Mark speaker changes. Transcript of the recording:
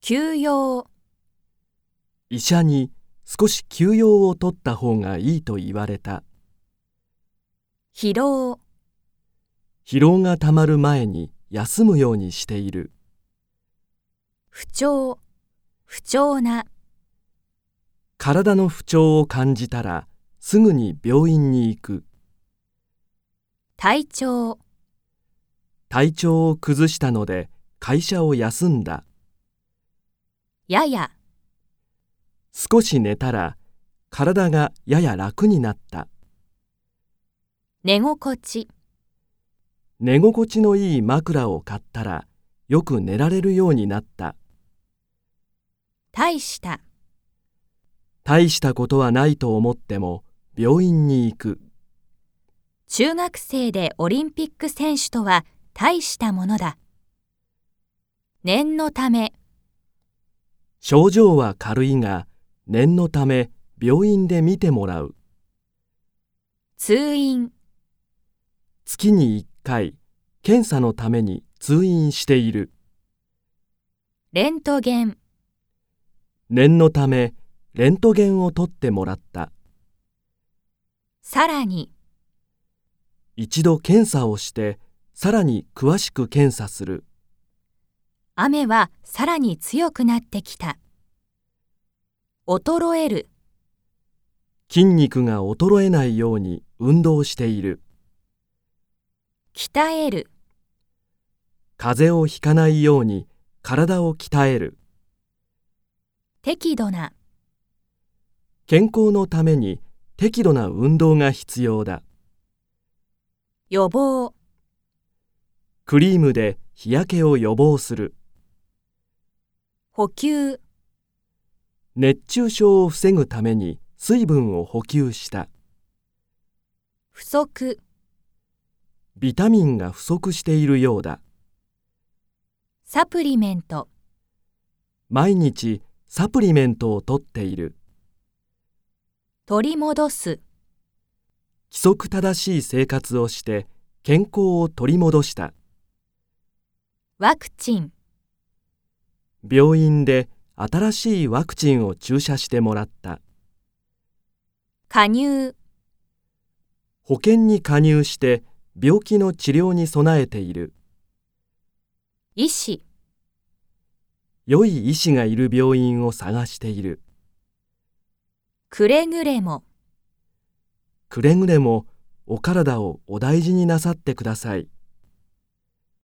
Speaker 1: 休養、
Speaker 2: 医者に少し休養を取った方がいいと言われた
Speaker 1: 疲労、
Speaker 2: 疲労がたまる前に休むようにしている
Speaker 1: 不調、不調な、
Speaker 2: 体の不調を感じたらすぐに病院に行く
Speaker 1: 体調、
Speaker 2: 体調を崩したので会社を休んだ
Speaker 1: やや、
Speaker 2: 少し寝たら体がやや楽になった
Speaker 1: 寝心地、
Speaker 2: 寝心地のいい枕を買ったらよく寝られるようになった
Speaker 1: 大した、
Speaker 2: 大したことはないと思っても病院に行く
Speaker 1: 中学生でオリンピック選手とは大したものだ。念のため、
Speaker 2: 症状は軽いが念のため病院で見てもらう
Speaker 1: 通院、
Speaker 2: 月に1回検査のために通院している
Speaker 1: レントゲン、
Speaker 2: 念のためレントゲンを取ってもらった
Speaker 1: さらに、
Speaker 2: 一度検査をしてさらに詳しく検査する
Speaker 1: 雨はさらに強くなってきた。衰える、
Speaker 2: 筋肉が衰えないように運動している
Speaker 1: 鍛える、
Speaker 2: 風邪をひかないように体を鍛える
Speaker 1: 適度な、
Speaker 2: 健康のために適度な運動が必要だ
Speaker 1: 予防、
Speaker 2: クリームで日焼けを予防する
Speaker 1: 補給、
Speaker 2: 熱中症を防ぐために水分を補給した
Speaker 1: 不足、
Speaker 2: ビタミンが不足しているようだ
Speaker 1: サプリメント、
Speaker 2: 毎日サプリメントを取っている
Speaker 1: 取り戻す、
Speaker 2: 規則正しい生活をして健康を取り戻した
Speaker 1: ワクチン、
Speaker 2: 病院で新しいワクチンを注射してもらった
Speaker 1: 加入、
Speaker 2: 保険に加入して病気の治療に備えている
Speaker 1: 医師、
Speaker 2: 良い医師がいる病院を探している
Speaker 1: くれぐれも。
Speaker 2: くれぐれもお体をお大事になさってください